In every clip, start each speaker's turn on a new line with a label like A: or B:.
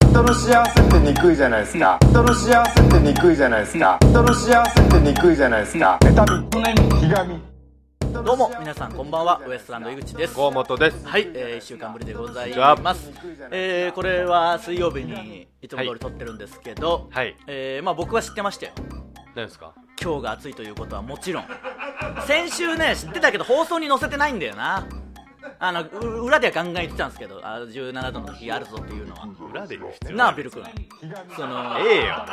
A: 人の幸せってにくいじゃないですか人の幸せってにくいじゃないですか人の幸せってにくいじゃないですか妬みひがみ
B: どうも皆さんこんばんはウエストランド井口です
C: 河本です
B: はい、えー、1週間ぶりでございます、えー、これは水曜日にいつも通り撮ってるんですけど、
C: はい
B: えーまあ、僕は知ってましたよ
C: 何ですか
B: 今日が暑いということはもちろん先週ね知ってたけど放送に載せてないんだよなあのう裏ではガンガン言ってたんですけどあ17度の日があるぞっていうのは
C: 裏で言う必要
B: なあ
C: ない
B: ビル君その
C: ええよも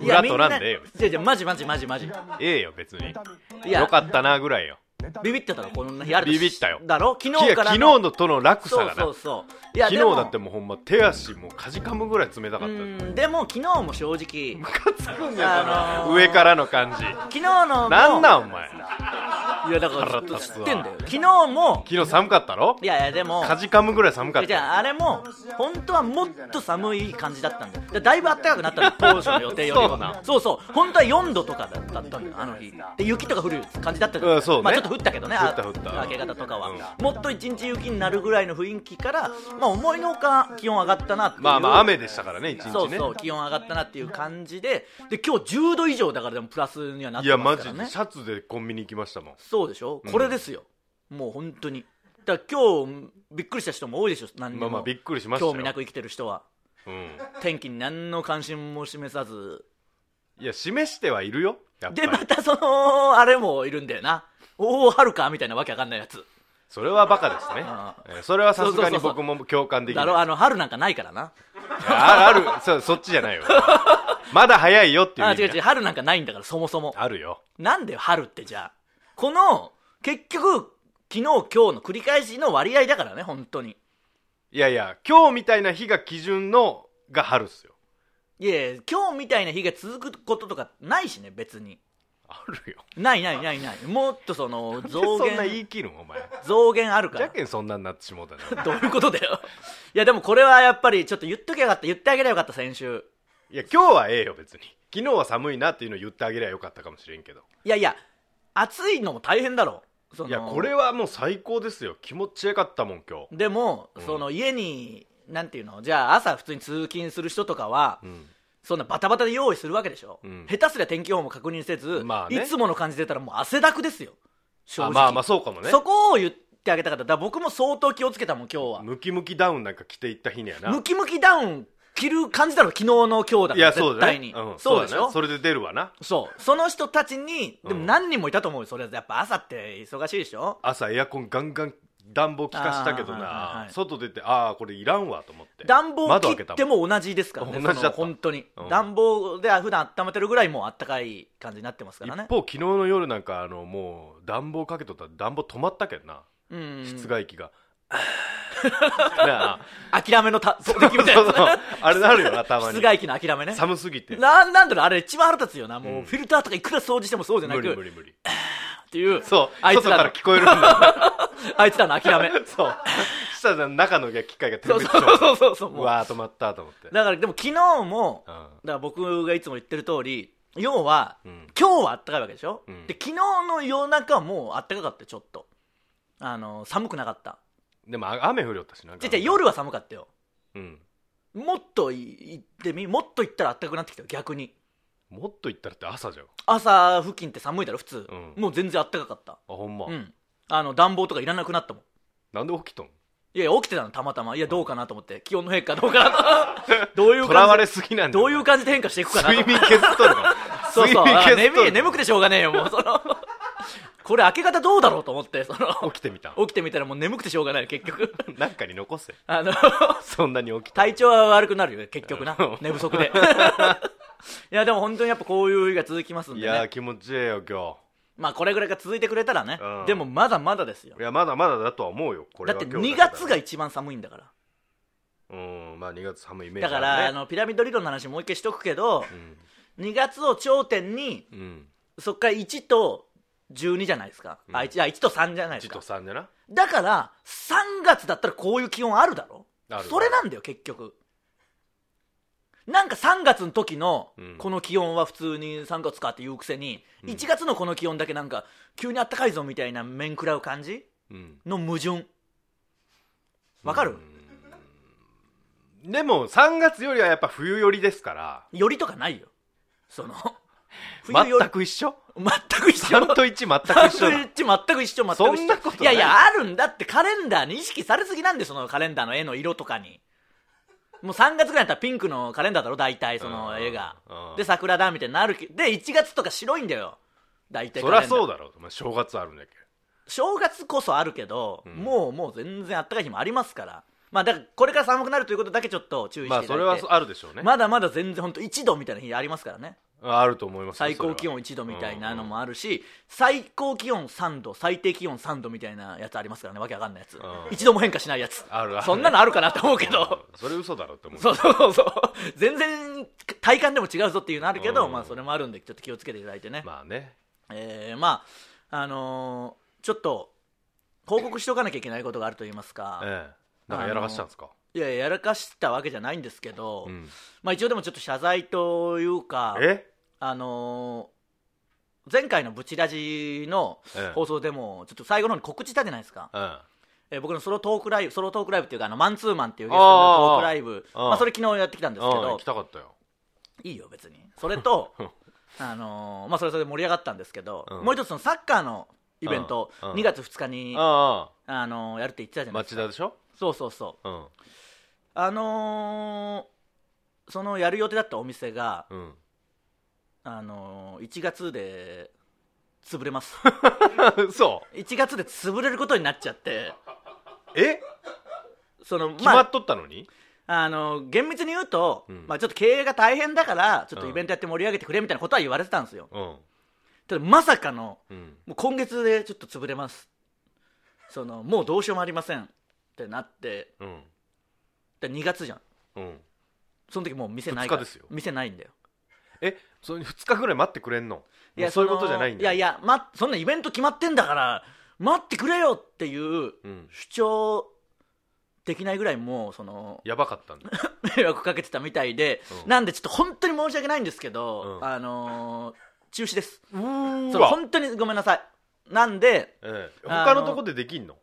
C: う裏取らんでええよ
B: じゃじゃマジマジマジマジ
C: ええよ別に
B: いや
C: よかったなぐらいよ
B: ビビってたのこんな日ある
C: ビビったよ
B: だろ昨
C: い
B: 日
C: や
B: から
C: 昨日のとの落差
B: そう
C: がな
B: そうそういや
C: 昨
B: でも
C: 日だってもうほんま手足もうかじかむぐらい冷たか
B: う
C: ったよ
B: んでも昨日も正 直
C: ムカつくんだよ、
B: あのー
C: 上からの感じ
B: 昨日のも
C: なんなんお前
B: いやだから
C: 腹
B: 知
C: 立つわ
B: ってんだよ昨日も
C: 昨日寒かったろ
B: いやいやでも
C: かじかむぐらい寒かっ
B: じ
C: た
B: ゃああれも本当はもっと寒い感じだったんだよだだいぶ暖かくな ったの当初の予定より
C: そうな
B: はそうそう本当は4度とかだったんだよあの日で雪とか降る感じだったじゃん
C: うんそうね
B: まあ、ちょっと降ったけどねあ
C: 降った降った
B: 明け方とかは、
C: う
B: もっと一日雪になるぐらいの雰囲気から、まあ、思いのほか気温上がったなっていう
C: まあまあ雨でしたからね一日ね
B: そうそう気温上がったなっていう感じでで今日10度以上だからでもプラスにはなっ
C: い
B: て
C: や
B: ま
C: マ
B: す
C: ジ
B: から
C: で
B: ね
C: シャツでコンビニ行きましたもん
B: そうでしょ、
C: うん
B: これですよもう本当にだから今日びっくりした人も多いでしょ何に
C: ま
B: も、
C: あまあびっくりしましたよ
B: 興味なく生きてる人は
C: うん、
B: 天気に何の関心も示さず
C: いや示してはいるよやっぱ
B: で
C: り
B: またそのあれもいるんだよなおおはるかみたいなわけわかんないやつ
C: それはバカですね
B: あ
C: えーそれはさすが
B: そうそう
C: に
B: そう
C: 僕も共感できな
B: だ
C: い
B: ろあの春なんかないからな
C: ああるそそっちじゃないよまだ早いよっていう
B: あ
C: 意
B: 違う
C: 味
B: 違
C: ね
B: う春なんかないんだからそもそも
C: あるよ
B: なんだよ春ってじゃあこの結局昨日今日の繰り返しの割合だからね本当に
C: いやいや今日みたいな日が基準のが春っすよ
B: いやいや今日みたいな日が続くこととかないしね別に
C: あるよ
B: ないないないないもっとその増
C: そんな言
B: 減
C: い切るんお前
B: 増減あるか
C: じゃ
B: ら
C: けんそんなんなってしもうたな
B: どういうことだよいやでもこれはやっぱりちょっと言っときゃよかった言ってあげればよかった先週
C: いや今日はええよ別に昨日は寒いなっていうのを言ってあげりゃよかったかもしれんけど
B: いやいや暑いのも大変だろその
C: いやこれはもう最高ですよ気持ちよかったもん今日
B: でも、
C: ん
B: その家になんていうのじゃあ朝普通に通勤する人とかは、
C: うん
B: そんなバタバタで用意するわけでしょ、
C: うん
B: 下手すりゃ天気予報も確認せず、
C: まあね
B: いつもの感じでたらもう汗だくですよ正
C: あ
B: 直
C: まあまあそうかもね
B: そこを言ってあげたかっただから僕も相当気をつけたもん今日は
C: ムキムキダウンなんか着ていった日にやな
B: ムキムキダウン着る感じだろ昨日の今日だから
C: いやそう
B: 絶
C: だね
B: 対に、
C: うん
B: そうでし
C: だ
B: ょ
C: なそれで出るわな
B: そうその人たちにでも
C: うん
B: 何人もいたと思うよそれやっぱ朝って忙しいでしょ
C: 朝エアコンガンガン暖房効かしたけど
B: あーはいはいは
C: ない外出てああこれいらんわと思って
B: 暖房
C: 窓
B: 切
C: 開けた
B: っても同じですからね
C: 同じだった
B: その本当に、
C: うん
B: 暖房では普段温めてるぐらいもうあったかい感じになってますからね
C: 一方昨日の夜なんかあのもう暖房かけとったら暖房止まったけんな、
B: うん
C: 室外機が なあ
B: 諦めのた突撃みたいな
C: そうそう
B: や
C: あれなるよなた
B: つ
C: ま
B: 室
C: に
B: 外機の諦めね
C: 寒すぎて
B: なんなんだろうあれ一番腹立つよなもう、
C: うん
B: フィルターとかいくら掃除してもそうじゃな
C: 無
B: く
C: 理無理無理
B: っていう
C: そう
B: あい
C: 外
B: つら
C: から
B: の
C: 聞こえるんだ
B: あいつらの諦め
C: そうしたら中の機械が
B: そ
C: 点
B: う
C: 滅し
B: そうそうそうそう
C: う
B: もう
C: わー止まったと思って
B: だからでも昨日も
C: う
B: だか
C: ん
B: ら僕がいつも言ってる通り要は、
C: うん
B: 今日はあったかいわけでしょ、
C: うん
B: で昨日の夜中はもうあったかかったよちょっとあの寒くなかった
C: でもあ雨降りよったしなんか
B: じゃあ夜は寒かったよ
C: うん
B: もっとい行ってみもっと行ったらあったかくなってきたよ逆に
C: もっと言ったらって朝じゃんあ
B: 朝付近って寒いだろ普通、
C: うん
B: もう全然あったかかった
C: ほんま、
B: うんあの暖房とかいらなくなったもん
C: なんで起きとん
B: いやいや起きてたのたまたまいやどうかなと思って気温の変化どうかな とどういう
C: とらわ
B: 感
C: れ
B: じ
C: すぎなんだ
B: ど
C: よ
B: ういう感じで変化していくかなと
C: 睡眠削っとるから
B: そうそう
C: 睡眠
B: あ
C: 削っとる
B: 眠い眠くてしょうがねえよもうそのこれ明け方どうだろうと思ってその
C: 起きてみた
B: 起きてみたらもう眠くてしょうがないよ結局
C: なんかに残せ
B: あの
C: そんなに起きた
B: 体調は悪くなるよ結局な
C: うん
B: 寝不足 でいやでも本当にやっぱこういう日が続きますん
C: い
B: で
C: やー
B: ね
C: 気持ちええよ今
B: まあこれぐらいが続いてくれたらね
C: うん
B: でもまだまだですよ
C: 日いやまだまだだとは思うよこれ
B: だ
C: は
B: って
C: 今日
B: 2月
C: け
B: が一番寒いんだから
C: どうんまあ2月寒いイメー
B: だ
C: ジあ
B: か
C: るね
B: らあのピラミッド理論の話もう一回しとくけど
C: うん
B: 2月を頂点に
C: うん
B: そっから1と12じゃないですかあ 1, あ1と3じゃないです
C: 1
B: か
C: と3でな
B: だから3月だったらこういう気温あるだろ
C: ある
B: それなんだよ結局なんか3月の時の
C: うん
B: この気温は普通に3月かって言うくせに、1月のこの気温だけなんか急にあったかいぞみたいな面食らう感じ
C: うん
B: の矛盾わかる、
C: うんでも3月よりはやっぱ冬寄りですから
B: よりとかないよそ の冬より
C: 全く一緒
B: 全く一緒
C: 3と1全く
B: サン
C: 一緒
B: ドイ
C: だ
B: ッチ全く一緒全く一緒
C: そんなことない
B: やいやあるんだってカレンダーに意識されすぎなんでそのカレンダーの絵の色とかにもう3月ぐらいだったらピンクのカレンダーだろ大体その絵が
C: うん
B: で桜だみたいになるけで1月とか白いんだよ大体
C: そりゃそう
B: だ
C: だろう、まあ、正月あるんだけ
B: 正月こそあるけど、
C: ん
B: もうもう全然あったかい日もありますからまあだからこれから寒くなるということだけちょっと注意
C: ど
B: し
C: ま
B: て
C: あ
B: い
C: そ
B: た
C: れ
B: だい
C: は
B: て、
C: あるでしょうね、
B: まだまだ全然本当1度みたいな日ありますからね
C: あると思いますよ
B: 最高気温
C: そ
B: 1度みたいなのもあるし、最高気温3度最低気温3度みたいなやつありますからねわけわかんないやつ、
C: ん
B: 一度も変化しないやつ
C: あるある
B: そんなのあるかなって思うけ
C: れは
B: ど、
C: うんそれ嘘だろうって思う
B: そうそうそうそう全然体感でも違うぞっていうのあるけど、
C: うん
B: まあ、それもあるんでちょっと気をつけていただいてね、
C: まあね
B: えーまああのーちょっと報告しておかなきゃいけないことがあると言いますか、
C: ええなんかやらかしたんですか、
B: いやいややらかしたわけじゃないんですけど、
C: うん、
B: まあ、一応でもちょっと謝罪というか
C: え
B: あのー前回のブチラジの
C: ええ
B: 放送でも、ちょっと最後の方に告知したじゃないですか、
C: うん
B: えー僕のソロトークライブ、ソロトークライブっていうか、あのマンツーマンっていうゲストのトークライブ、
C: あーあー
B: まあ、それ、昨日やってきたんですけ
C: うん
B: ど
C: 行き、たかったよ
B: いいよ、別に、それ と
C: うん、
B: あのーまあ、それはそれで盛り上がったんですけど、
C: うん
B: もう一つ、のサッカーのイベント、
C: うんうん
B: 2月2日に、あ
C: あ
B: のーやるって言ってたじ
C: あ
B: ゃない
C: 町田でしょ
B: そうそうそう、
C: うん
B: あのーそのやる予定だったお店が、
C: うん
B: あのー1月で潰れます。
C: そ
B: 1月で潰れることになっちゃって
C: うえ
B: その
C: 決ま
B: ま
C: っとったのに、
B: ああの厳密に言うと、
C: うん
B: まあ、ちょっと経営が大変だからちょっと
C: うん
B: イベントやって盛り上げてくれみたいなことは言われてたんですよ
C: うん
B: ただまさかの
C: うん
B: もう今月でちょっと潰れますそのもうどうしようもありませんってなって
C: うん
B: で2月じゃん
C: うん
B: その時もう店ないから
C: 二日ですよ
B: 店ないんだよ
C: えそれ2日ぐらい待ってくれんのいやそういうことじゃないんだ
B: いやいや、ま、そんなイベント決まってんだから待ってくれよっていう
C: うん
B: 主張できないぐらいもうその
C: やばかったん だ
B: 迷惑かけてたみたいで、
C: うん
B: なんでちょっと本当に申し訳ないんですけど、
C: うん
B: あのー中止です
C: うー
B: その本当にごめんなさいなんで、
C: ええ
B: あの
C: 他のとこでできんの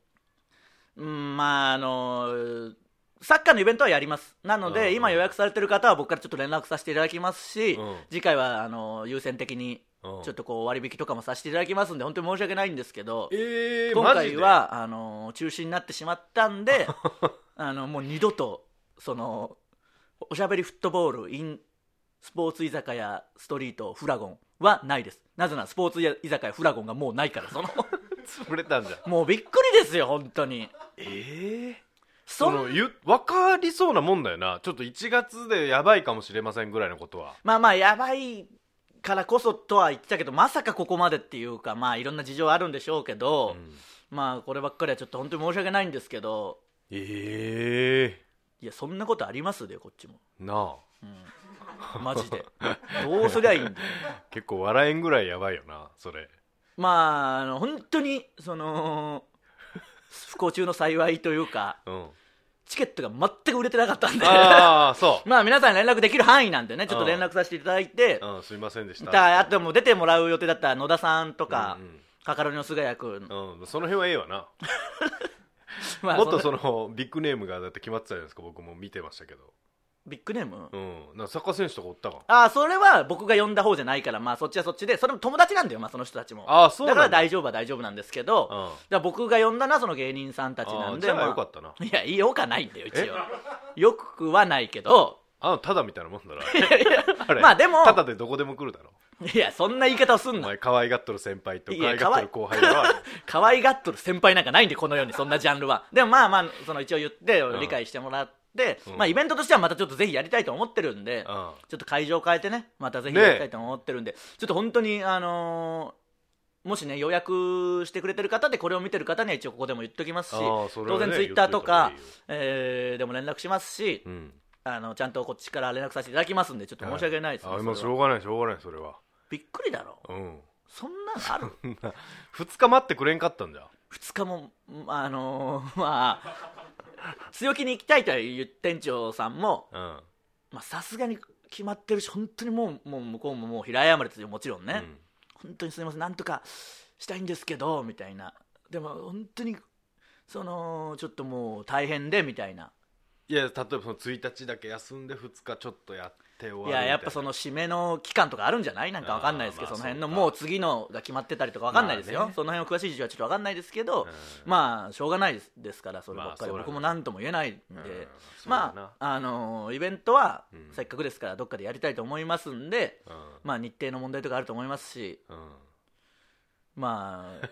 B: うん、まああのーサッカーのイベントはやりますなので、
C: うん
B: 今予約されてる方は僕からちょっと連絡させていただきますし、
C: うん
B: 次回はあのー優先的に
C: うん
B: ちょっとこう割引とかもさせていただきますんで本当に申し訳ないんですけど、
C: ええ
B: 今
C: マジ
B: 回
C: で
B: はあのー中止になってしまったん であのもう二度とそのおしゃべりフットボール in スポーツ居酒屋ストリートフラゴンはないですなぜならスポーツ居酒屋フラゴンがもうないから その
C: 潰れたんじゃん
B: もうびっくりですよ本当に
C: ええ
B: そ
C: そ
B: の
C: のゆ分かりそうなもんだよなちょっと1月でやばいかもしれませんぐらいのことは
B: まあまあやばいからこそとは言ってたけどまさかここまでっていうかまあいろんな事情あるんでしょうけど、
C: うん
B: まあこればっかりはちょっと本当に申し訳ないんですけど
C: ええ
B: いやそんなことありますでこっちも
C: な
B: マジでどうすりゃいいんだよ
C: あ結構笑えんぐらいやばいよなそれ
B: まあ、あの本当にその不幸中の幸いというか
C: うん
B: チケットが全く売れてなかったんで
C: ああそ
B: まあ皆さん連絡できる範囲なんでねちょっと連絡させていただいて
C: う、うん、すいませんでした
B: だあともう出てもらう予定だった野田さんとか、
C: うん
B: カカロニの菅谷君、
C: うん、うんその辺はええわな
B: まあ、
C: もっと
B: そんな
C: そのビッグネームがだって決まってたじゃないですか僕も見てましたけど
B: ビッグネーム、
C: うんなんかサッカー選手とかおったか
B: ああそれは僕が呼んだ方じゃないからまあそっちはそっちでそれも友達なんだよ、まあ、その人たちも
C: ああそうなん
B: だ
C: だ
B: から大丈夫は大丈夫なんですけど、
C: うん
B: だから僕が呼んだのはその芸人さんたちなんで
C: あーじゃあ
B: まあ
C: よかったない
B: やよか ないんだよ一応よくはないけど
C: あのただみたいなもん だなあれ
B: まあでも
C: ただでどこでも来るだろ
B: いやそんな言い方をす
C: お
B: んな
C: 前可愛がっとる先輩と
B: い
C: 可
B: や
C: 愛がっとる後 輩は
B: 可愛がっとる先輩なんかないんでこの世にそんなジャンルはでもまあまあその一応言って理解してもらって、
C: うん
B: まあイベントとしてはまたちょっとぜひやりたいと思ってるんで、
C: うんあ
B: ちょっと会場変えてねまたぜひやりたいと思ってるんで、ちょっと本当にあのーもしね予約してくれてる方でこれを見てる方には一応ここでも言っときますし、
C: ーそれ
B: 当
C: はね
B: 然ツイッターとか
C: 言っといた方がいいよ
B: えーでも連絡しますし、
C: うん
B: あのちゃんとこっちから連絡させていただきますんでちょっと申し訳ないです、
C: あ今し
B: それ
C: ょ
B: は
C: うがないしょうがないそれは
B: びっくりだろ
C: うん
B: そんなのある
C: 2日待ってくれんかったんじゃ
B: 2日もまああのーまあ強気に行きたいとは言う店長さんも
C: うん
B: まあさすがに決まってるし本当にもうもう向こうももう平謝りですよもちろんね、
C: うん
B: 本当にすみませんなんとかしたいんですけどみたいなでも本当にそのちょっともう大変でみたいな
C: いや例えばその1日だけ休んで2日ちょっとやって終わる
B: いややっぱそ
C: の
B: の締めの期間とかあるんじゃないなんかわかんないですけど、
C: あーまあ
B: その辺の
C: そうか
B: もう次のが決まってたりとかわかんないですよ、
C: まあね
B: その辺の詳しい事情はちょっとわかんないですけど、
C: う
B: まあしょうがないですですからそればっかり、
C: まあそうだね
B: 僕も何とも言えないんで、
C: うんそうだな
B: まああのーイベントは
C: うん
B: せっかくですからどっかでやりたいと思いますんで、まあ日程の問題とかあると思いますし
C: うんうん
B: ま あ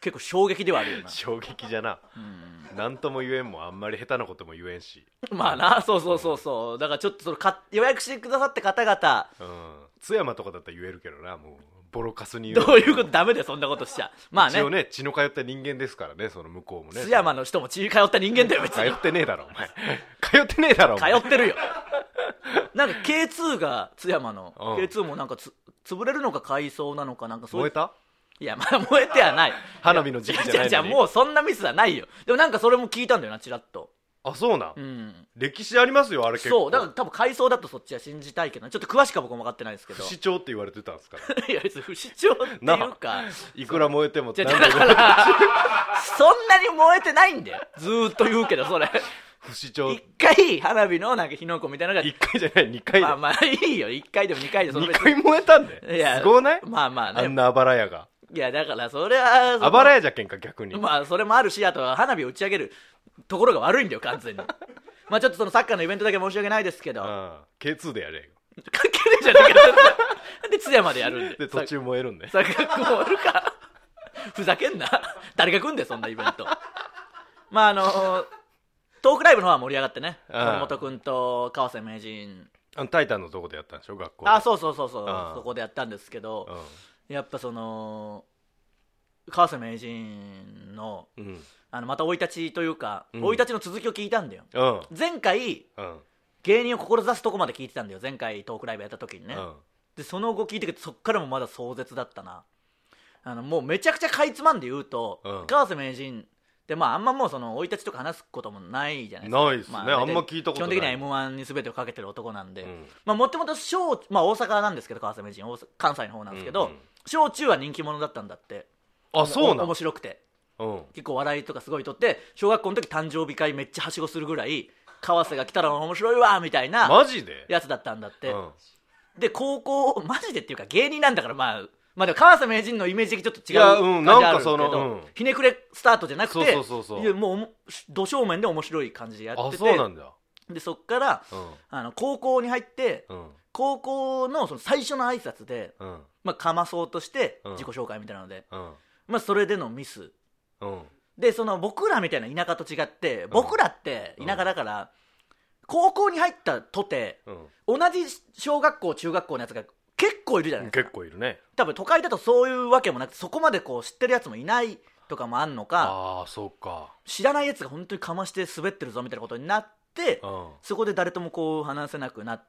B: 結構衝撃ではあるよな、
C: 衝撃じゃな
B: う
C: 何とも言えんもんあんまり下手なことも言えんし、
B: んまあなそうそうそうそうだからちょっとそのか予約してくださった方々
C: うん、津山とかだったら言えるけどなもうボロカスに言
B: どういうことダメだよそんなことしちゃまあね
C: 一応ね血の通った人間ですからねその向こうもね
B: 津山の人も血通った人間だよ別
C: 通
B: に
C: ってねえだろお前通ってねえだろお前
B: 通ってるよなんか K2 が津山の、
C: うん
B: K2 もなんかつ潰れるのか改装なのかなんかそういう
C: 燃えた
B: いやまだ燃えてはない
C: 花火の時期じゃないのに
B: じゃもうそんなミスはないよでもなんかそれも聞いたんだよなちらっと
C: あそうなん、
B: うん
C: 歴史ありますよあれ結構
B: そうだから多分改装だとそっちは信じたいけどちょっと詳しくは僕も分かってないですけど
C: 不死鳥って言われてたんですから
B: いや別に不死鳥っていうか
C: いくら燃え ても
B: じゃ
C: なん
B: だ
C: で
B: からそんなに燃えてないんだよずーっと言うけどそれ
C: 不死
B: 一
C: 鳥
B: 回花火のなんか火の粉みたいなのが
C: 一回じゃない二回で
B: まあまあいいよ1回でも2回でもその
C: 二
B: 別に
C: 回燃えたんで
B: いや
C: すごない
B: まあまあ
C: あん
B: ね
C: なあばらやが
B: いやだからそれはその
C: あばらやじゃけんか逆に
B: まあそれもあるしあとは花火を打ち上げるところが悪いんだよ完 全にまあちょっとそのサッカーのイベントだけ申し訳ないですけど関
C: うん K2 でやれよ
B: 係ねえじゃねえかなんで津山でやるんで
C: で途中燃えるんで
B: サッカーボールかふざけんな誰が来んだよそんなイベントまああのトークライブの方は盛り上がってね
C: うん
B: 森本君と川瀬名人
C: あのタイタンのとこでやったんでしょ学校で
B: あそうそうそうそう
C: うん
B: そこでやったんですけど、
C: う
B: やっぱその川瀬名人の
C: んうん
B: あのまた生い立ちというか
C: う
B: 生、
C: ん
B: い立ちの続きを聞いたんだよ
C: うん
B: 前回
C: うん
B: 芸人を志すとこまで聞いてたんだよ前回トークライブやった時にね、でその後聞いてけどそっからもまだ壮絶だったなあのもうめちゃくちゃかいつまんで言うと、
C: うん
B: 川瀬名人ってまああんまもうその生い立ちとか話すこともないじゃないですか
C: ないっすねあんま聞いたことな
B: 基本
C: い
B: 的には m 1に全てをかけてる男なんで、
C: うん
B: まあもともと小、まあ、大阪なんですけど川瀬名人大阪関西の方なんですけど、
C: うんうん
B: 小中は人気者だったんだって
C: あそうな
B: お面
C: の
B: 白くて
C: うん
B: 結構笑いとかすごいとって小学校の時誕生日会めっちゃはしごするぐらい川瀬が来たら面白いわみたいな
C: マジで
B: やつだったんだって、
C: うん
B: で高校マジでっていうか芸人なんだからまあまあでも川瀬名人のイメージ的にちょっと違う
C: いやう
B: 感
C: ん
B: じあ
C: なん
B: る
C: か
B: けど
C: そのうん
B: ひねくれスタートじゃなくて
C: そうそうそうそう
B: いやもうおもど正面で面白い感じでやっ
C: あ
B: てて
C: そうなんだ
B: でそっから
C: うん
B: あの高校に入って
C: うん
B: 高校のその最初の挨拶で、
C: うん
B: まあ、かまそうとして
C: うん
B: 自己紹介みたいなので、
C: うん
B: まあ、それでのミス
C: うん
B: でその僕らみたいな田舎と違って僕らって田舎だから、高校に入ったとて
C: う
B: 同
C: ん
B: じ小学校中学校のやつが結構いるじゃないです
C: 結
B: か
C: 構いるね
B: 多分都会だとそういうわけもなくてそこまでこう知ってるやつもいないとかもあんのか
C: ああそうか
B: 知らないやつが本当にかまして滑ってるぞみたいなことになって
C: うん
B: そこで誰ともこう話せなくなって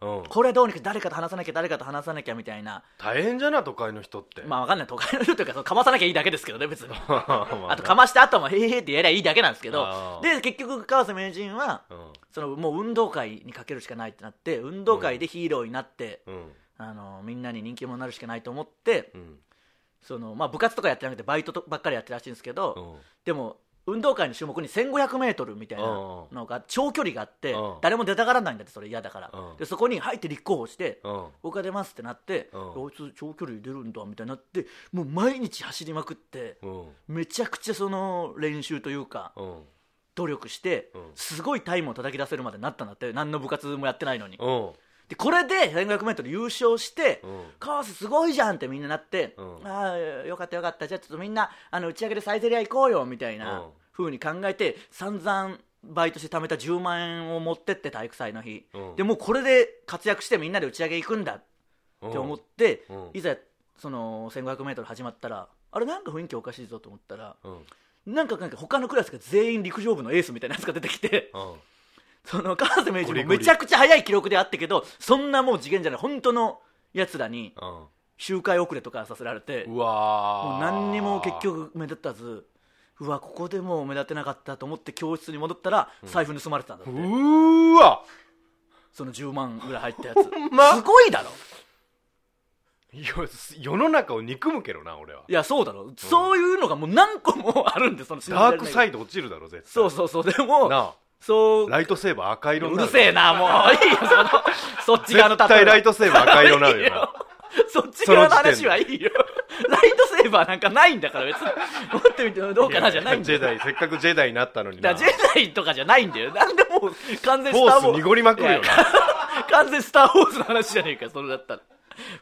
C: うん
B: これどうにか誰かと話さなきゃ誰かと話さなきゃみたいな
C: 大変じゃな都会の人って
B: まあわかんない都会の人というかそのかまさなきゃいいだけですけどね別に
C: あ
B: あとかました後もへーへーってやりゃいいだけなんですけ
C: あ
B: ど
C: ー
B: で結局川瀬名人は
C: うん
B: そのもう運動会にかけるしかないってなって運動会でヒーローになって、
C: うん
B: あのみんなに人気者になるしかないと思って
C: うん
B: その、まあ、部活とかやってなくてバイトとばっかりやってたらしいんですけど、
C: うん
B: でも運動会の種目に 1500m みたいなのが長距離があって、
C: うん
B: 誰も出たがらないんだってそれ嫌だから、
C: うん
B: でそこに入って立候補して、
C: うん
B: 僕が出ますってなって、
C: うん
B: あいつ長距離出るんだみたいになってもう毎日走りまくって、
C: うん
B: めちゃくちゃその練習というか、
C: うん
B: 努力して、
C: うん
B: すごいタイムを叩き出せるまでになったんだって何の部活もやってないのに、
C: うん
B: でこれで 1500m 優勝して、
C: うん
B: 川瀬すごいじゃんってみんななって、
C: うん
B: ああよかったよかったじゃあちょっとみんなあの打ち上げでサイゼリア行こうよみたい
C: うん
B: な風に考えて散々バイトして貯めた10万円を持ってって体育祭の日、
C: うん
B: でもうこれで活躍してみんなで打ち上げ行くんだって思って、
C: うんうん
B: いざその 1500m 始まったらあれなんか雰囲気おかしいぞと思ったら
C: うん
B: なんかなんか他のクラスが全員陸上部のエースみたいなやつが出てきて
C: うん
B: その川瀬名人
C: ゴリ
B: も
C: ゴ
B: め
C: リ
B: ちゃくちゃ速い記録であったけどそんなもう次元じゃない本当のやつらに
C: うん
B: 周回遅れとかさせられても
C: うわー
B: う何にも結局目立たずうわここでもう目立てなかったと思って教室に戻ったら財布盗まれてたんだって、
C: うーわ
B: その10万ぐらい入ったやつ、
C: ます
B: ごいだろ
C: いや世の中を憎むけどな俺はい
B: やそうだろ、そういうのがもう何個もあるんでその
C: ダークサ
B: イ
C: イド落ちるだろ絶対
B: そうそうそうでも
C: なあ
B: そう
C: ライトセーバー赤色に
B: う
C: な
B: る
C: る
B: せえなもういいよそのそっち側の
C: 絶対ライトセーバー赤色になるよ
B: いいよ
C: な
B: そっち側の話はいいよライトセーバーなんかないんだから別に持ってみてどうかなじゃないんだ
C: ジ
B: よ
C: ェダイせっかくジェダイになったのに
B: だ
C: な
B: からジェダイとかじゃないんだよなんでもう完全ス
C: フォ
B: ター・ウォ
C: ース
B: ーズ
C: 濁りまくるよ
B: い
C: な
B: や完全スター・ウォーズの話じゃねえかそれだったら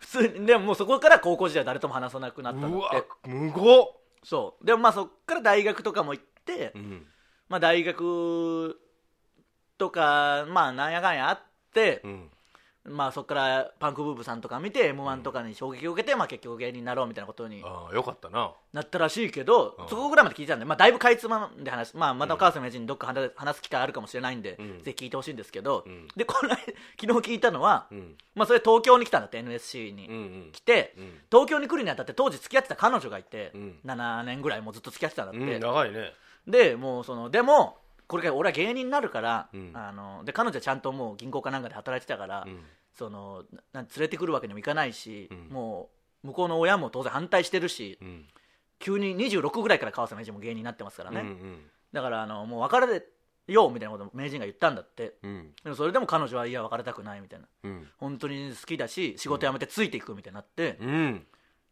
B: 普通にでももうそこから高校時代誰とも話さなくなったん
C: う
B: だっ
C: わ
B: て
C: 無語
B: そうでもまあそっから大学とかも行って、
C: うん
B: まあ、大学とかまあなんやかんやあって
C: う、ん
B: まあそっからパンクブーブさんとか見て m 1とかに衝撃を受けて、まあ、結局芸人になろうみたいなことに
C: ああよかったな
B: なったらしいけど、
C: うん
B: そこぐらいまで聞いてたんで、まあ、だいぶかいつまんで話す、まあ、また川瀬名人にどっか話話す機会あるかもしれないんで、
C: うん
B: ぜひ聞いてほしいんですけど、
C: うん
B: でこの間昨日聞いたのは、
C: うん
B: まあ、それ東京に来たんだって NSC に、
C: うんうん
B: 来て、
C: うん
B: 東京に来るにあたって当時付き合ってた彼女がいて、
C: うん
B: 7年ぐらいもうずっと付き合ってたんだっ
C: う
B: て、
C: ん長いね
B: でもうそのでもこれから俺は芸人になるから、
C: うん
B: あので彼女はちゃんともう銀行かなんかで働いてたから、
C: うん
B: そのな連れてくるわけにもいかないし、
C: うん
B: もう向こうの親も当然反対してるし、
C: うん
B: 急に26ぐらいから川瀬名人も芸人になってますからね、
C: うん
B: だからあのもう別れようみたいなことを名人が言ったんだって
C: うん
B: でもそれでも彼女はいや別れたくないみたいな
C: うん
B: 本当に好きだし仕事辞めてついていくみたいになって、
C: うん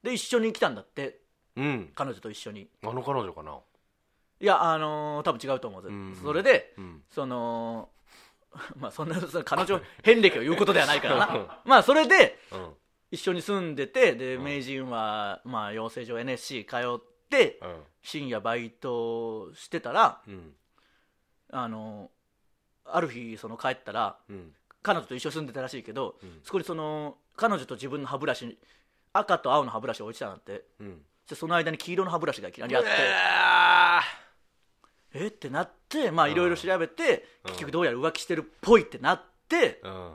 B: で一緒に来たんだって
C: うん
B: 彼女と一緒に
C: あの彼女かない
B: やあのー多分違うと思うぜ、
C: うん
B: それで
C: うん
B: その まあそんなその彼女遍歴を言うことではないから なまあそれで
C: うん
B: 一緒に住んでてで
C: うん
B: 名人は、まあ、養成所 NSC 通って
C: うん
B: 深夜バイトしてたら
C: うん
B: あのある日その帰ったら
C: うん
B: 彼女と一緒に住んでたらしいけど、
C: うん
B: そこにその彼女と自分の歯ブラシ赤と青の歯ブラシを置いてたなんて
C: うん
B: でその間に黄色の歯ブラシがいきなりあって、えってなってまあ
C: うん
B: いろいろ調べて、
C: うん
B: 結局どうやら浮気してるっぽいってなって、
C: うん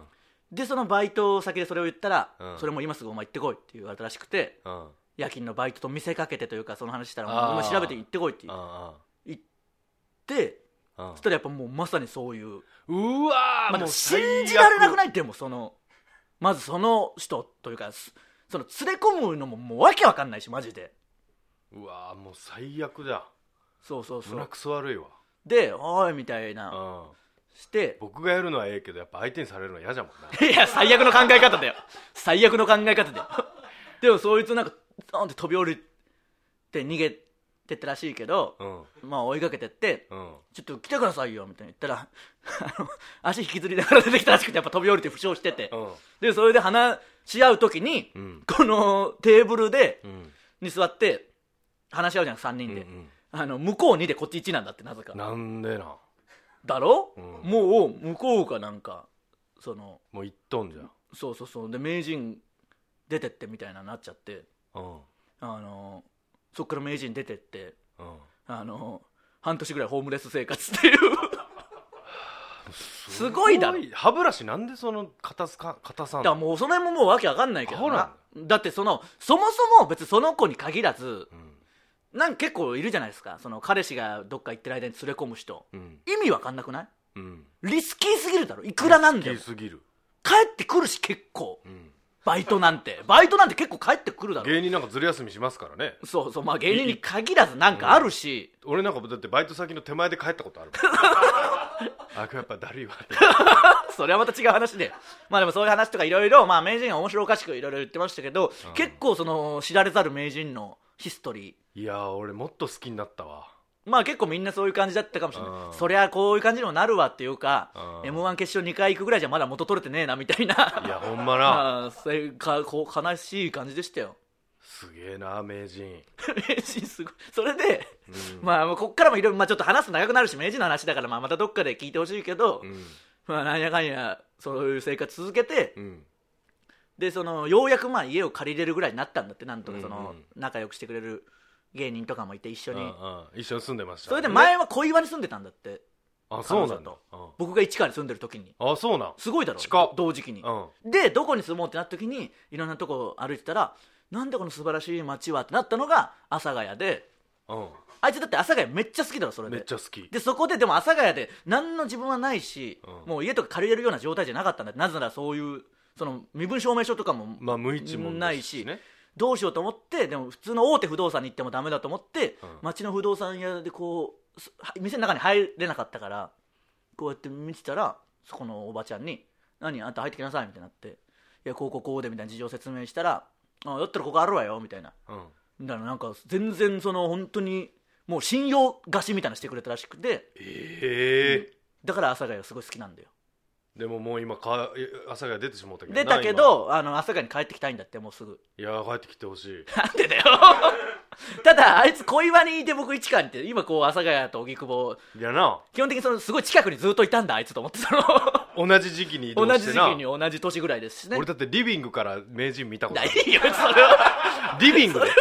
B: でそのバイト先でそれを言ったら、
C: うん
B: それも今すぐお前行ってこいって言われたらしくて
C: うん
B: 夜勤のバイトと見せかけてというかその話したら
C: あー
B: もうお前調べて行ってこいって言っ
C: あ
B: て
C: あああ
B: そしたらやっぱもうまさにそういう、
C: うわー
B: まあ、
C: もう
B: 信
C: 最悪
B: じられなくないでもそのまずその人というかすその連れ込むのももうわけわかんないしマジで
C: うわーもう最悪だ
B: そうそうそ
C: 胸
B: う
C: くそ悪いわ
B: で「おい」みたいな
C: うん
B: して
C: 僕がやるのはええけどやっぱ相手にされるのは嫌じゃもんない
B: や、最悪の考え方だよ。最悪の考え方だよ。 でも、そいつなんか、ドーンって飛び降りて逃げてったらしいけど、
C: うん
B: まあ追いかけてって、
C: うん
B: ちょっと来てくださいよ、みたいに言ったら、 あの、足引きずりながら出てきたらしくて、やっぱ飛び降りて負傷してて
C: う。ん
B: で、それで話し合うときに、
C: うん
B: このテーブルで
C: う、ん
B: に座って、話し合うじゃん、3人
C: うん
B: で。
C: うん
B: あの、向こう2でこっち1なんだって、なぜか。
C: なんでな
B: だろ、
C: うん
B: もう、向こうがなんか、その、
C: もう言っとんじゃん
B: そうそうそうで名人出てってみたいななっちゃって
C: うん
B: あのそっから名人出てって
C: うん
B: あの半年ぐらいホームレス生活っていうすごいだろだ
C: 歯ブラシなんでその硬すか硬さん
B: からもうその辺ももうわけわかんないけど
C: そうな
B: なだってそのそもそも別にその子に限らず
C: うん
B: なんか結構いるじゃないですかその彼氏がどっか行ってる間に連れ込む人
C: うん
B: 意味わかんなくない
C: うん
B: リスキーすぎるだろいくらなんで
C: 好
B: も
C: きすぎる
B: 帰ってくるし結構
C: うん
B: バイトなんてバイトなんて結構帰ってくるだろ
C: 芸人なんかずる休みしますからね
B: そうそうまあ芸人に限らずなんかあるし、
C: 俺なんかだってバイト先の手前で帰ったことある もんあこれやっぱだるいわって
B: それはまた違う話でまあでもそういう話とかいろいろまあ名人が面白おかしくいろいろ言ってましたけど、
C: うん
B: 結構その知られざる名人のヒストリ
C: いやー俺もっと好きになっ たわ
B: ーまあ結構みんなそういう感じだったかもしれない、
C: うん
B: そりゃこういう感じにもなるわっていうか、
C: うん
B: m 1決勝2回行くぐらいじゃまだ元取れてねえなみたいない
C: やほんまな
B: まあそういうかこう悲しい感じでしたよ
C: すげえな名人、
B: 名人すごいそれで、
C: うん
B: まあこっからもいろいろまあちょっと話すと長くなるし名人の話だからまあまたどっかで聞いてほしいけど、
C: うん
B: まあ、なんやかんやそういう生活続けて、
C: うん
B: でそのようやくまあ家を借りれるぐらいになったんだってなんとかそ
C: うんうんう
B: の
C: ん
B: 仲良くしてくれる芸人とかもいて一緒
C: うんう
B: に
C: ん一緒に住んでました
B: それで前は小岩に住んでたんだって
C: あそうなん
B: 彼
C: だ
B: 女、
C: うん
B: 僕が市川に住んでる時に
C: あそうなん
B: すごいだろ
C: 近っ
B: 同時期に
C: うん
B: でどこに住もうってなった時にいろんなとこ歩いてたらなんでこの素晴らしい街はってなったのが阿佐ヶ谷で
C: う
B: あいつだって阿佐ヶ谷めっちゃ好きだろそれ
C: ん
B: で
C: めっちゃ好き
B: でそこででも阿佐ヶ谷で何の自分はないし、
C: うん
B: もう家とか借りれるような状態じゃなかったんだってなぜならそういうその身分証明書とかも
C: まあ無一文ですしね
B: どうしようと思ってでも普通の大手不動産に行ってもダメだと思って、
C: うん
B: 町の不動産屋でこうすは店の中に入れなかったからこうやって見てたらそこのおばちゃんに「何あんた入ってきなさい」みたいになって「いやこうこうこうで」みたいな事情説明したら「あだったらここあるわよ」みたいな
C: うん
B: だからなんか全然その本当にもう信用貸しみたいなのしてくれたらしくて
C: ええ
B: だから阿佐ヶ谷がすごい好きなんだよ
C: でももう今か朝が出てしまったけどな
B: 出たけどあの阿佐ヶ谷に帰ってきたいんだってもうすぐ
C: 今いや帰ってきてほしい
B: なんでだよ ただあいつ小岩にいて僕一貫って今こう阿佐ヶ谷と荻窪
C: いやな
B: 基本的にそのすごい近くにずっといたんだあいつと思ってその
C: 同じ時期に移動
B: 同
C: し
B: じ
C: て
B: 時
C: な
B: 期に同じ年ぐらいですしね
C: 俺だってリビングから名人見たことあ
B: い
C: る
B: やいいよそれは
C: リビング で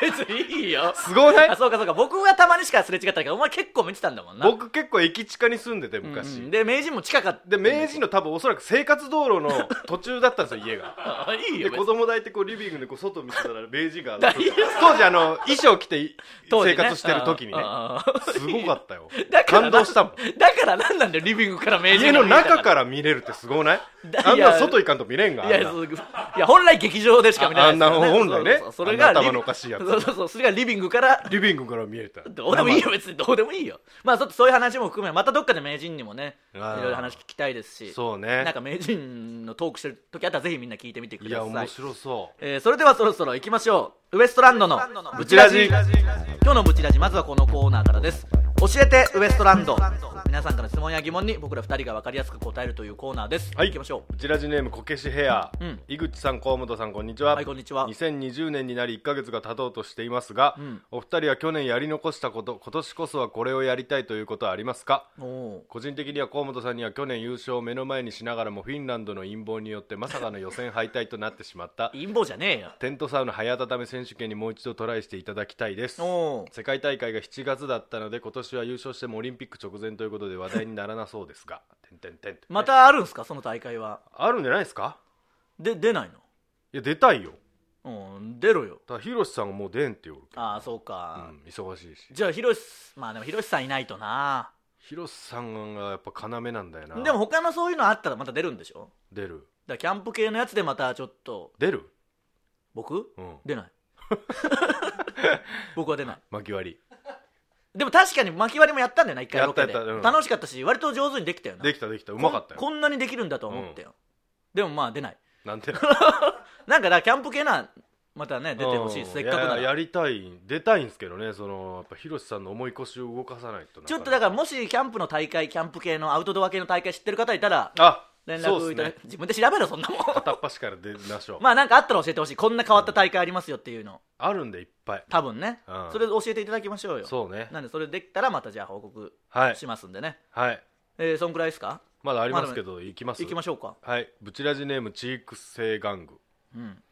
B: 別にいいよ
C: すごない
B: あそうかそうか僕はたまにしかすれ違ったけどお前結構見てたんだもんな
C: 僕結構駅近に住んでて昔、
B: うんで名人も近かった
C: で名人の多分おそらく生活道路の途中だったんですよ家が
B: あいい
C: で
B: よ別
C: 子
B: に
C: 供抱いてこうリビングでこう外見てたら明治が
B: 大丈夫
C: 当時あの衣装着てい
B: 当時
C: 生
B: ね
C: 活してる時にね
B: ああああ
C: すごかったよ
B: だからな
C: 感動したもん
B: だからなんなんだよリビングから名人
C: 家の中から見れるってすごない
B: だ
C: あん
B: いや
C: な外行かんと見れんがあん
B: い
C: な
B: やそういや本来劇場でしか見れないですから
C: ああんな本来
B: そ
C: ね
B: うそうそれが
C: あんな頭のおかしいやつ
B: そうそうそうそれがリビングから
C: リビングから見れた
B: どうでもいいよ別にどうでもいいよまあちょっとそういう話も含めまたどっかで名人にもねい
C: ああ
B: ろいろ話聞きたいですし
C: そうね
B: なんか名人のトークしてる時あったらぜひみんな聞いてみてく
C: い
B: だ
C: や
B: さ
C: 面
B: い
C: 白そ
B: えーそれではそろそろ行きましょうウエストランドの
C: う
B: ブチラジ
C: ブチラジ
B: 今日のブチラジまずはこのコーナーからです教えてウエストランド皆さんから質問や疑問に僕ら2人が分かりやすく答えるというコーナーです、
C: はい
B: 行きましょ
C: ブチラジネームこけしヘア、
B: うん
C: 井口さん河本さんこんにちは、
B: はいこんにちは
C: 2020年になり1ヶ月が経とうとしていますが、
B: うん
C: お二人は去年やり残したこと今年こそはこれをやりたいということはありますか
B: うお
C: 個人的には河本さんには去年優勝を目の前にしながらもフィンランドの陰謀によってまさ かの予選敗退となってしまった
B: ー陰謀じゃねえよ
C: テントサウナ早畳み選手権にもう一度トライしていただきたいです
B: おー
C: 世界大会が7月だったので今年は優勝してもオリンピック直前ということで話題にならなそ うですがてんてんてんってね
B: またあるんすかその大会は
C: あるんじゃないですか
B: で出ない
C: いや出たいよ
B: のうん出ろよ
C: ただヒロシさんがもう出んって言うけど
B: ああそう
C: う
B: か、
C: ん、忙しいし
B: じゃあヒロシまあでもヒロシさんいないとな
C: ヒロシさんがやっぱ要なんだよな
B: でも他のそういうのあったらまた出るんでしょ
C: 出る
B: だからキャンプ系のやつでまたちょっと
C: 出る
B: 僕
C: うん
B: 出ない 僕は出ない
C: 巻き割
B: でも確かに巻き割りもやったんだよな一回
C: や
B: ロ
C: っ
B: ケ
C: た
B: で、
C: やったうん
B: 楽しかったし割と上手にできたよ
C: り
B: な
C: できたできたうまかったよ
B: こんこんなにできるんだとは思ったよ、でもまあ出ない
C: なんて
B: なんかだからキャンプ系なまたね出てほしい
C: うん
B: せっかくない
C: や
B: ら
C: やりたい出たいんですけどねそのやっぱヒロシさんの思い越しを動かさないと
B: ちょっとだから
C: ら
B: もしキャンプの大会キャンプ系のアウトドア系の大会知ってる方いたら
C: あ
B: 連
C: そう
B: 絡いた
C: です
B: だ、
C: ね
B: 自分で調べろそんなもん
C: 片っ端から出ましょ う、
B: まあなんかあったら教えてほしいこんな変わった大会ありますよっていうの
C: あるんでいっぱい
B: 多分ね、
C: うん
B: それ教えていただきましょうよ
C: そうね
B: なんでそれできたらまたじゃあ報告
C: はい
B: しますんでね、
C: はい
B: えーそんくらいですか
C: まだありますけど、行きます
B: 行きましょうか
C: はいブチラジネームチーク性玩具
B: うん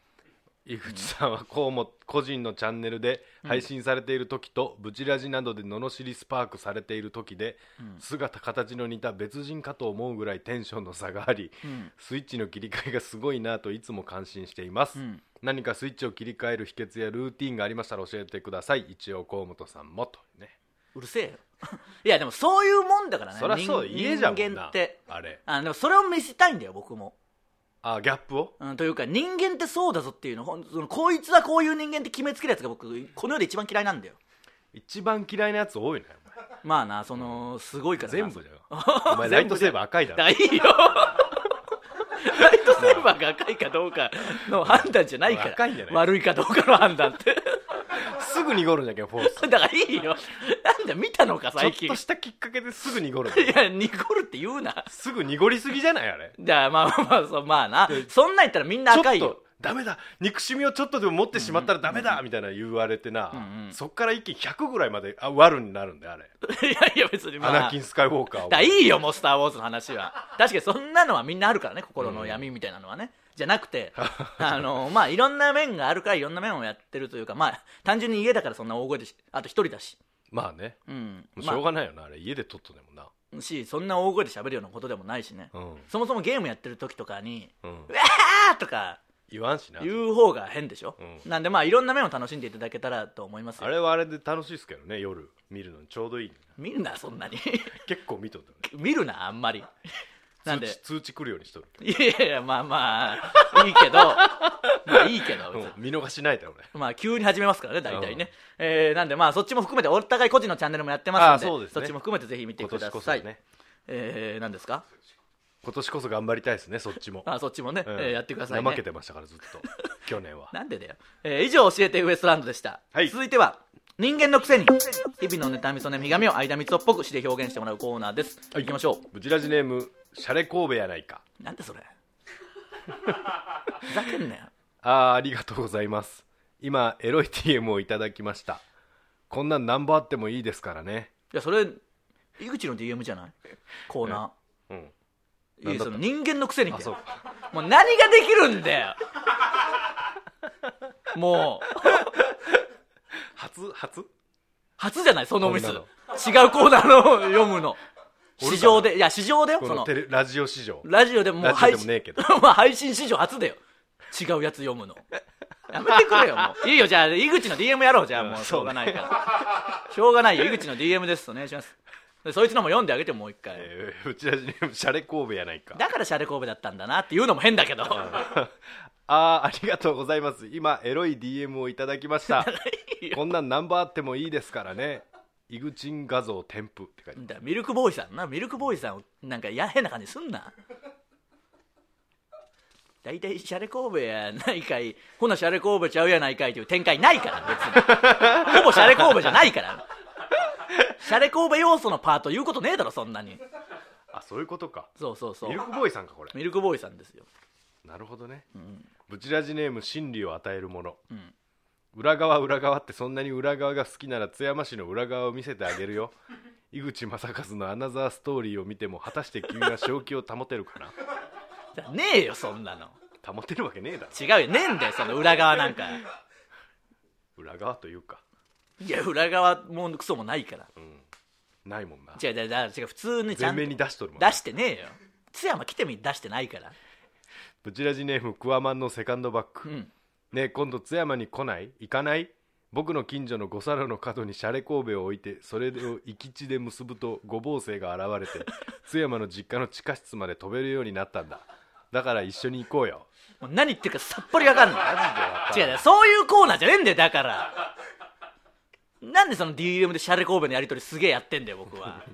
C: 井口さんはこうも個人のチャンネルで配信されている時と、ブチラジなどで罵りスパークされている時で、姿形の似た別人かと思うぐらいテンションの差があり、
B: ん
C: スイッチの切り替えがすごいなといつも感心しています、
B: うん
C: 何かスイッチを切り替える秘訣やルーティンがありましたら教えてください一応河本さんもとね
B: うるせえよ いやでもそういうもんだからね
C: そりゃそう
B: 人
C: 家じゃもんな
B: 人間って
C: あれ
B: あでもそれを見せたいんだよ僕も、
C: あギャップを
B: うん、というか人間ってそうだぞっていうのほんそのこいつはこういう人間って決めつけるやつが僕この世で一番嫌いなんだよ
C: 一番嫌いなやつ多いね
B: まあなそのすごい
C: お
B: から
C: 前
B: な
C: 全部だよお前ライトセーブ赤いだ
B: だ
C: ろ
B: からいいよライトセーバーが赤いかどうかの判断じゃないから
C: 赤いんじゃない
B: 悪いかどうかの判断って
C: すぐ濁るんじゃけんフォース
B: だからいいよなんだ見たのか最
C: ちょ
B: 近
C: っとしたきっかけですぐ濁 るんだよ
B: いやニコるって言うな
C: すぐ濁りすぎじゃないあれ
B: だからまあまあまあそうまあなそんなん言ったらみんな赤い
C: ちょっ
B: よ
C: とダメだ憎しみをちょっとでも持ってしまったらダメだ、みたいな言われてな、
B: うんうん
C: そっから一気に100ぐらいまであ悪になるんだよあれ、
B: いやいや別にま
C: アナ
B: あ
C: キン・スカイウォーカーを
B: だからいいよもう「スター・ウォーズ」の話は確かにそんなのはみんなあるからね心の闇みたいなのはね、じゃなくてあのまあいろんな面があるからいろんな面をやってるというかまあ単純に家だからそんな大声でしあと一人だし
C: まあね
B: うん
C: もうしょうがないよなあれ家で撮っとねもんな
B: まあしそんな大声で喋るようなことでもないしね、
C: うん
B: そもそもゲームやってる時とかに
C: うん
B: 「うわー!」とか
C: 言わんしな
B: 言う方が変でしょ、
C: うん
B: なんでまあいろんな面を楽しんでいただけたらと思いますよ
C: あれはあれで楽しいですけどね夜見るのにちょうどいい
B: 見んなそんなに
C: 結構見とったね
B: 見るなあんまりなん
C: 通
B: で
C: 知通知来るようにしとる、
B: いやいやいやまあまあいいけどまあいいけど、別に
C: うん見逃しないだろうね
B: まあ急に始めますからね大体ね、えーなんでまあそっちも含めてお互い個人のチャンネルもやってます
C: あー
B: の
C: そう
B: で
C: ですね
B: そっちも含めてぜひ見て
C: 今
B: くだ
C: 年こ
B: さ
C: そ
B: い、
C: ね
B: えー、何ですか
C: 今年こそ頑張りたいですねそっちも、
B: あそっちもね、
C: うん
B: えーやってくださいね
C: 怠けてましたからずっ と去年は
B: なんでだよ、えー以上教えてウエストランドでした、
C: はい
B: 続いては人間のくせに日々の妬みそねみがみを間みつをっぽく詩で表現してもらうコーナーです、、
C: はい
B: きましょ
C: ブチラジネームシャレ神戸やないか
B: うなんでそれふざけんなよ
C: あーありがとうございます今エロい TM をいただきましたこんなん何本あってもいいですからね
B: いやそれ井口の DM じゃないコーナ
C: うん
B: ー、い
C: なん
B: や
C: だっ
B: そ
C: た
B: の人間のくせにだよ
C: あ
B: も
C: そう
B: う何ができるんだよもう
C: 初初
B: 初じゃないそのミス違
C: こん
B: う
C: な
B: コーナーの読むの
C: 俺かな
B: 市場でいや市場だよ
C: こ
B: そ
C: の
B: の
C: テレラジオ史上
B: ラジオで も
C: ラジオで
B: 配
C: も
B: 信
C: ねえけど
B: まあ配信史上初だよ違うやつ読むのやめてくれよもういいよじゃあ井口の DM やろうじゃあ
C: うん
B: もうし
C: そ
B: ょ
C: う
B: う
C: ね
B: がないからしょうがないよ井口の DM ですお願いしますでそいつのも読んであげてもう一回、
C: えーブチラジネームシャレ神戸やないか
B: だからシャレ神戸だったんだなっていうのも変だけど、
C: あーありがとうございます今エロい DM をいただきま したこんなん何本あってもいいですからねイグチン画像添付って書いてある
B: だからミルクボーイさんなミルクボーイさんをなんかや変な感じすんな大体シャレ神戸やないかいほなシャレ神戸ちゃうやないかいという展開ないから別にほぼシャレ神戸じゃないからシャレ神戸要素のパート言うことねえだろそんなに
C: あそういうことか
B: そうそうそう
C: ミルクボーイさんかこれ
B: ミルクボーイさんですよ
C: なるほどね、ブチラジネーム真理を与えるもの、
B: ん
C: 裏側裏側ってそんなに裏側が好きなら津山市の裏側を見せてあげ るよ井口正和のアナザーストーリーを見ても果たして君は正気を保てるかな
B: じゃねえよそんなの
C: 保てるわけねえだろ
B: 違うよねえんだよその裏側なんか
C: 裏側というか
B: いや裏側もクソもないから
C: ないもんな
B: 違う違う違う普通にちゃ
C: 全
B: んと
C: 面に出しとるもんな
B: 出してねえよ津山来てみ出してないから
C: ブチラジネームクワマンのセカンドバック、
B: うん
C: ねえ今度津山に来ない行かない僕の近所の五皿の角にシャレ神戸を置いてそれを行き地で結ぶとごぼう星が現れて 津山の実家の地下室まで飛べるようになったんだだから一緒に行こうよ
B: もう何言ってるかさっぱりわかんない
C: マジ
B: 違う
C: で
B: 違
C: わ
B: うそういうコーナーじゃねえんだよだからなんでその DM でシャレ神戸のやり取りすげえやってんだよ僕は
C: か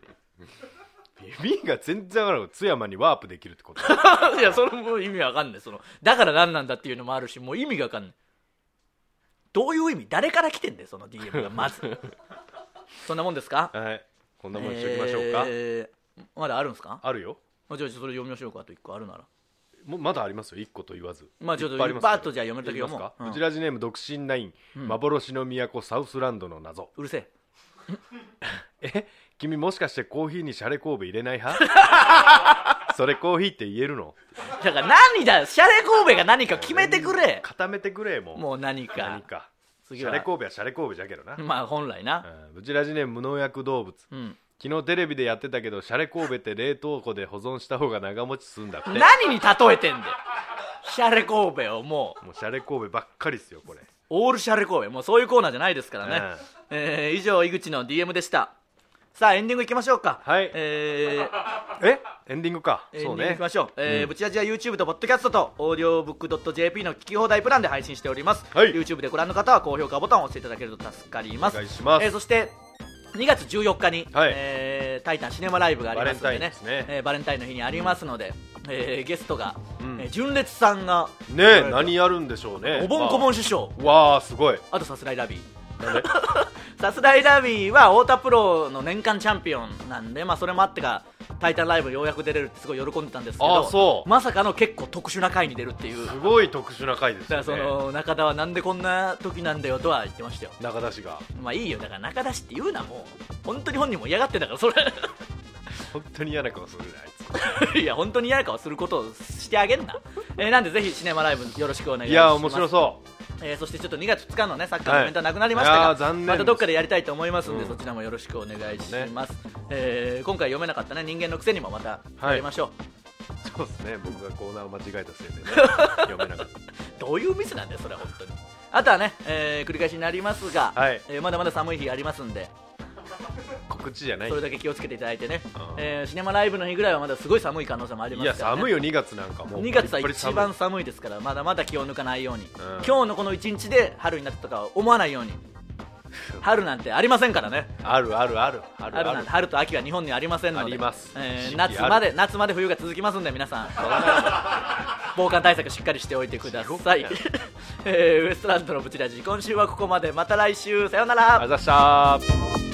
C: ん意味が全然わからない津山にワープできるって こと
B: いやそれも意味わかんないそのだから何なんだっていうのもあるしもう意味がわかんないどういう意味誰から来てんだよその DM がまず そんなもんです か
C: はいこんなもんにしときましょうか、
B: えーまだあるんですか
C: あるよ
B: まあじゃあそれ読みましょうかあと1個あるなら
C: もうまだありますよ1個と言わず
B: まあちょっと
C: ぱいります
B: バーッとじゃあ読めるだけ読もう
C: いきますか
B: うん
C: ブチラジネーム独身ナイン、幻の都サウスランドの謎
B: うるせえ
C: え君もしかしてコーヒーにシャレ神戸入れな い派それコーヒーって言えるの
B: だから何だよシャレ神戸が何か決めてくれ
C: 固めてくれもう
B: もう何か
C: 何か
B: 次
C: シ
B: は
C: ャレ神戸はシャレ神戸じゃけどな、
B: まあ本来な、
C: うん、ブチラジネーム無農薬動物
B: うん、
C: 昨日テレビでやってたけどシャレ神戸って冷凍庫で保存した方が長持ちするんだって
B: 何に例えてんだよシャレ神戸をもう
C: もうシャレ神戸ばっかりっすよこれ
B: オールシャレ神戸もうそういうコーナーじゃないですからね、えー以上井口の DM でしたさあエンディングいきましょうか
C: はい
B: えー
C: えエンディングか
B: エンディ
C: そう
B: ングい
C: ね
B: きましょう、えーブチラジは YouTube と Podcast と audiobook.jp の聞き放題プランで配信しております、
C: はい
B: YouTube でご覧の方は高評価ボタンを押していただけると助かります
C: お願いします
B: えーそして2月14日に、
C: はい
B: えータイタンシネマライブがありますので
C: バレンタイン
B: ね
C: ですね
B: えーバレンタインの日にありますので、えーゲストが、
C: ん
B: えー純烈さんが
C: ねえ何やるんでしょうね
B: おぼんこぼん
C: し
B: 師匠
C: わあすごい
B: あとさすらいラビー
C: なんで
B: さすらいラビーは太田プロの年間チャンピオンなんで、まあ、それもあってか「タイタンライブ」ようやく出れるってすごい喜んでたんですけ
C: あ
B: ど
C: そう
B: まさかの結構特殊な回に出るって いう
C: すごい特殊な回で
B: だ
C: す
B: か
C: よ
B: ら
C: ね
B: その中田はなんでこんな時なんだよとは言ってましたよ
C: 中田氏が
B: まあいいよだから中田氏って言うなもう本当に本人も嫌がってんだからそれ
C: 本当に嫌な顔するねあいつ
B: いや本当に嫌な顔することをしてあげんな、えーなんでぜひシネマライブよろしくお願い
C: い
B: します
C: や面白そう
B: えーそしてちょっと2月2日のねサッカーのイベントはなくなりました
C: はいい
B: が、
C: やー残念です
B: またどっかでやりたいと思いますんで、
C: うん
B: そちらもよろしくお願いします、えー今回読めなかったね人間のくせにもまた
C: はい
B: やりましょう、
C: そうですね僕がコーナーを間違えたせいでね 読めなかっ
B: どういうミスなんだよそれは本当にあとはね、えー繰り返しになりますが、
C: はい
B: えーまだまだ寒い日ありますんで
C: た口じゃない
B: それだけ気をつけていただいてね
C: うん、
B: えーシネマライブの日ぐらいはまだすごい寒い可能性もありま
C: いや
B: すから、ね、
C: 寒いよ2月なんかもう
B: 2月は
C: バリバリ寒
B: 一
C: い
B: 番寒いですからまだまだ気を抜かないように、
C: ん
B: 今日のこの1日で春になったとか思わないように春なんてありませんからね
C: あるあるあるある
B: 春なんて春と秋は日本にありませんので
C: あります
B: えー
C: 時期ある
B: 夏まで夏まで冬が続きますんで皆さん 防寒対策しっかりしておいてくださ い
C: 地獄、
B: えーウエストランドのブチラジ今週はここまでまた来週さようなら
C: ありがとうございました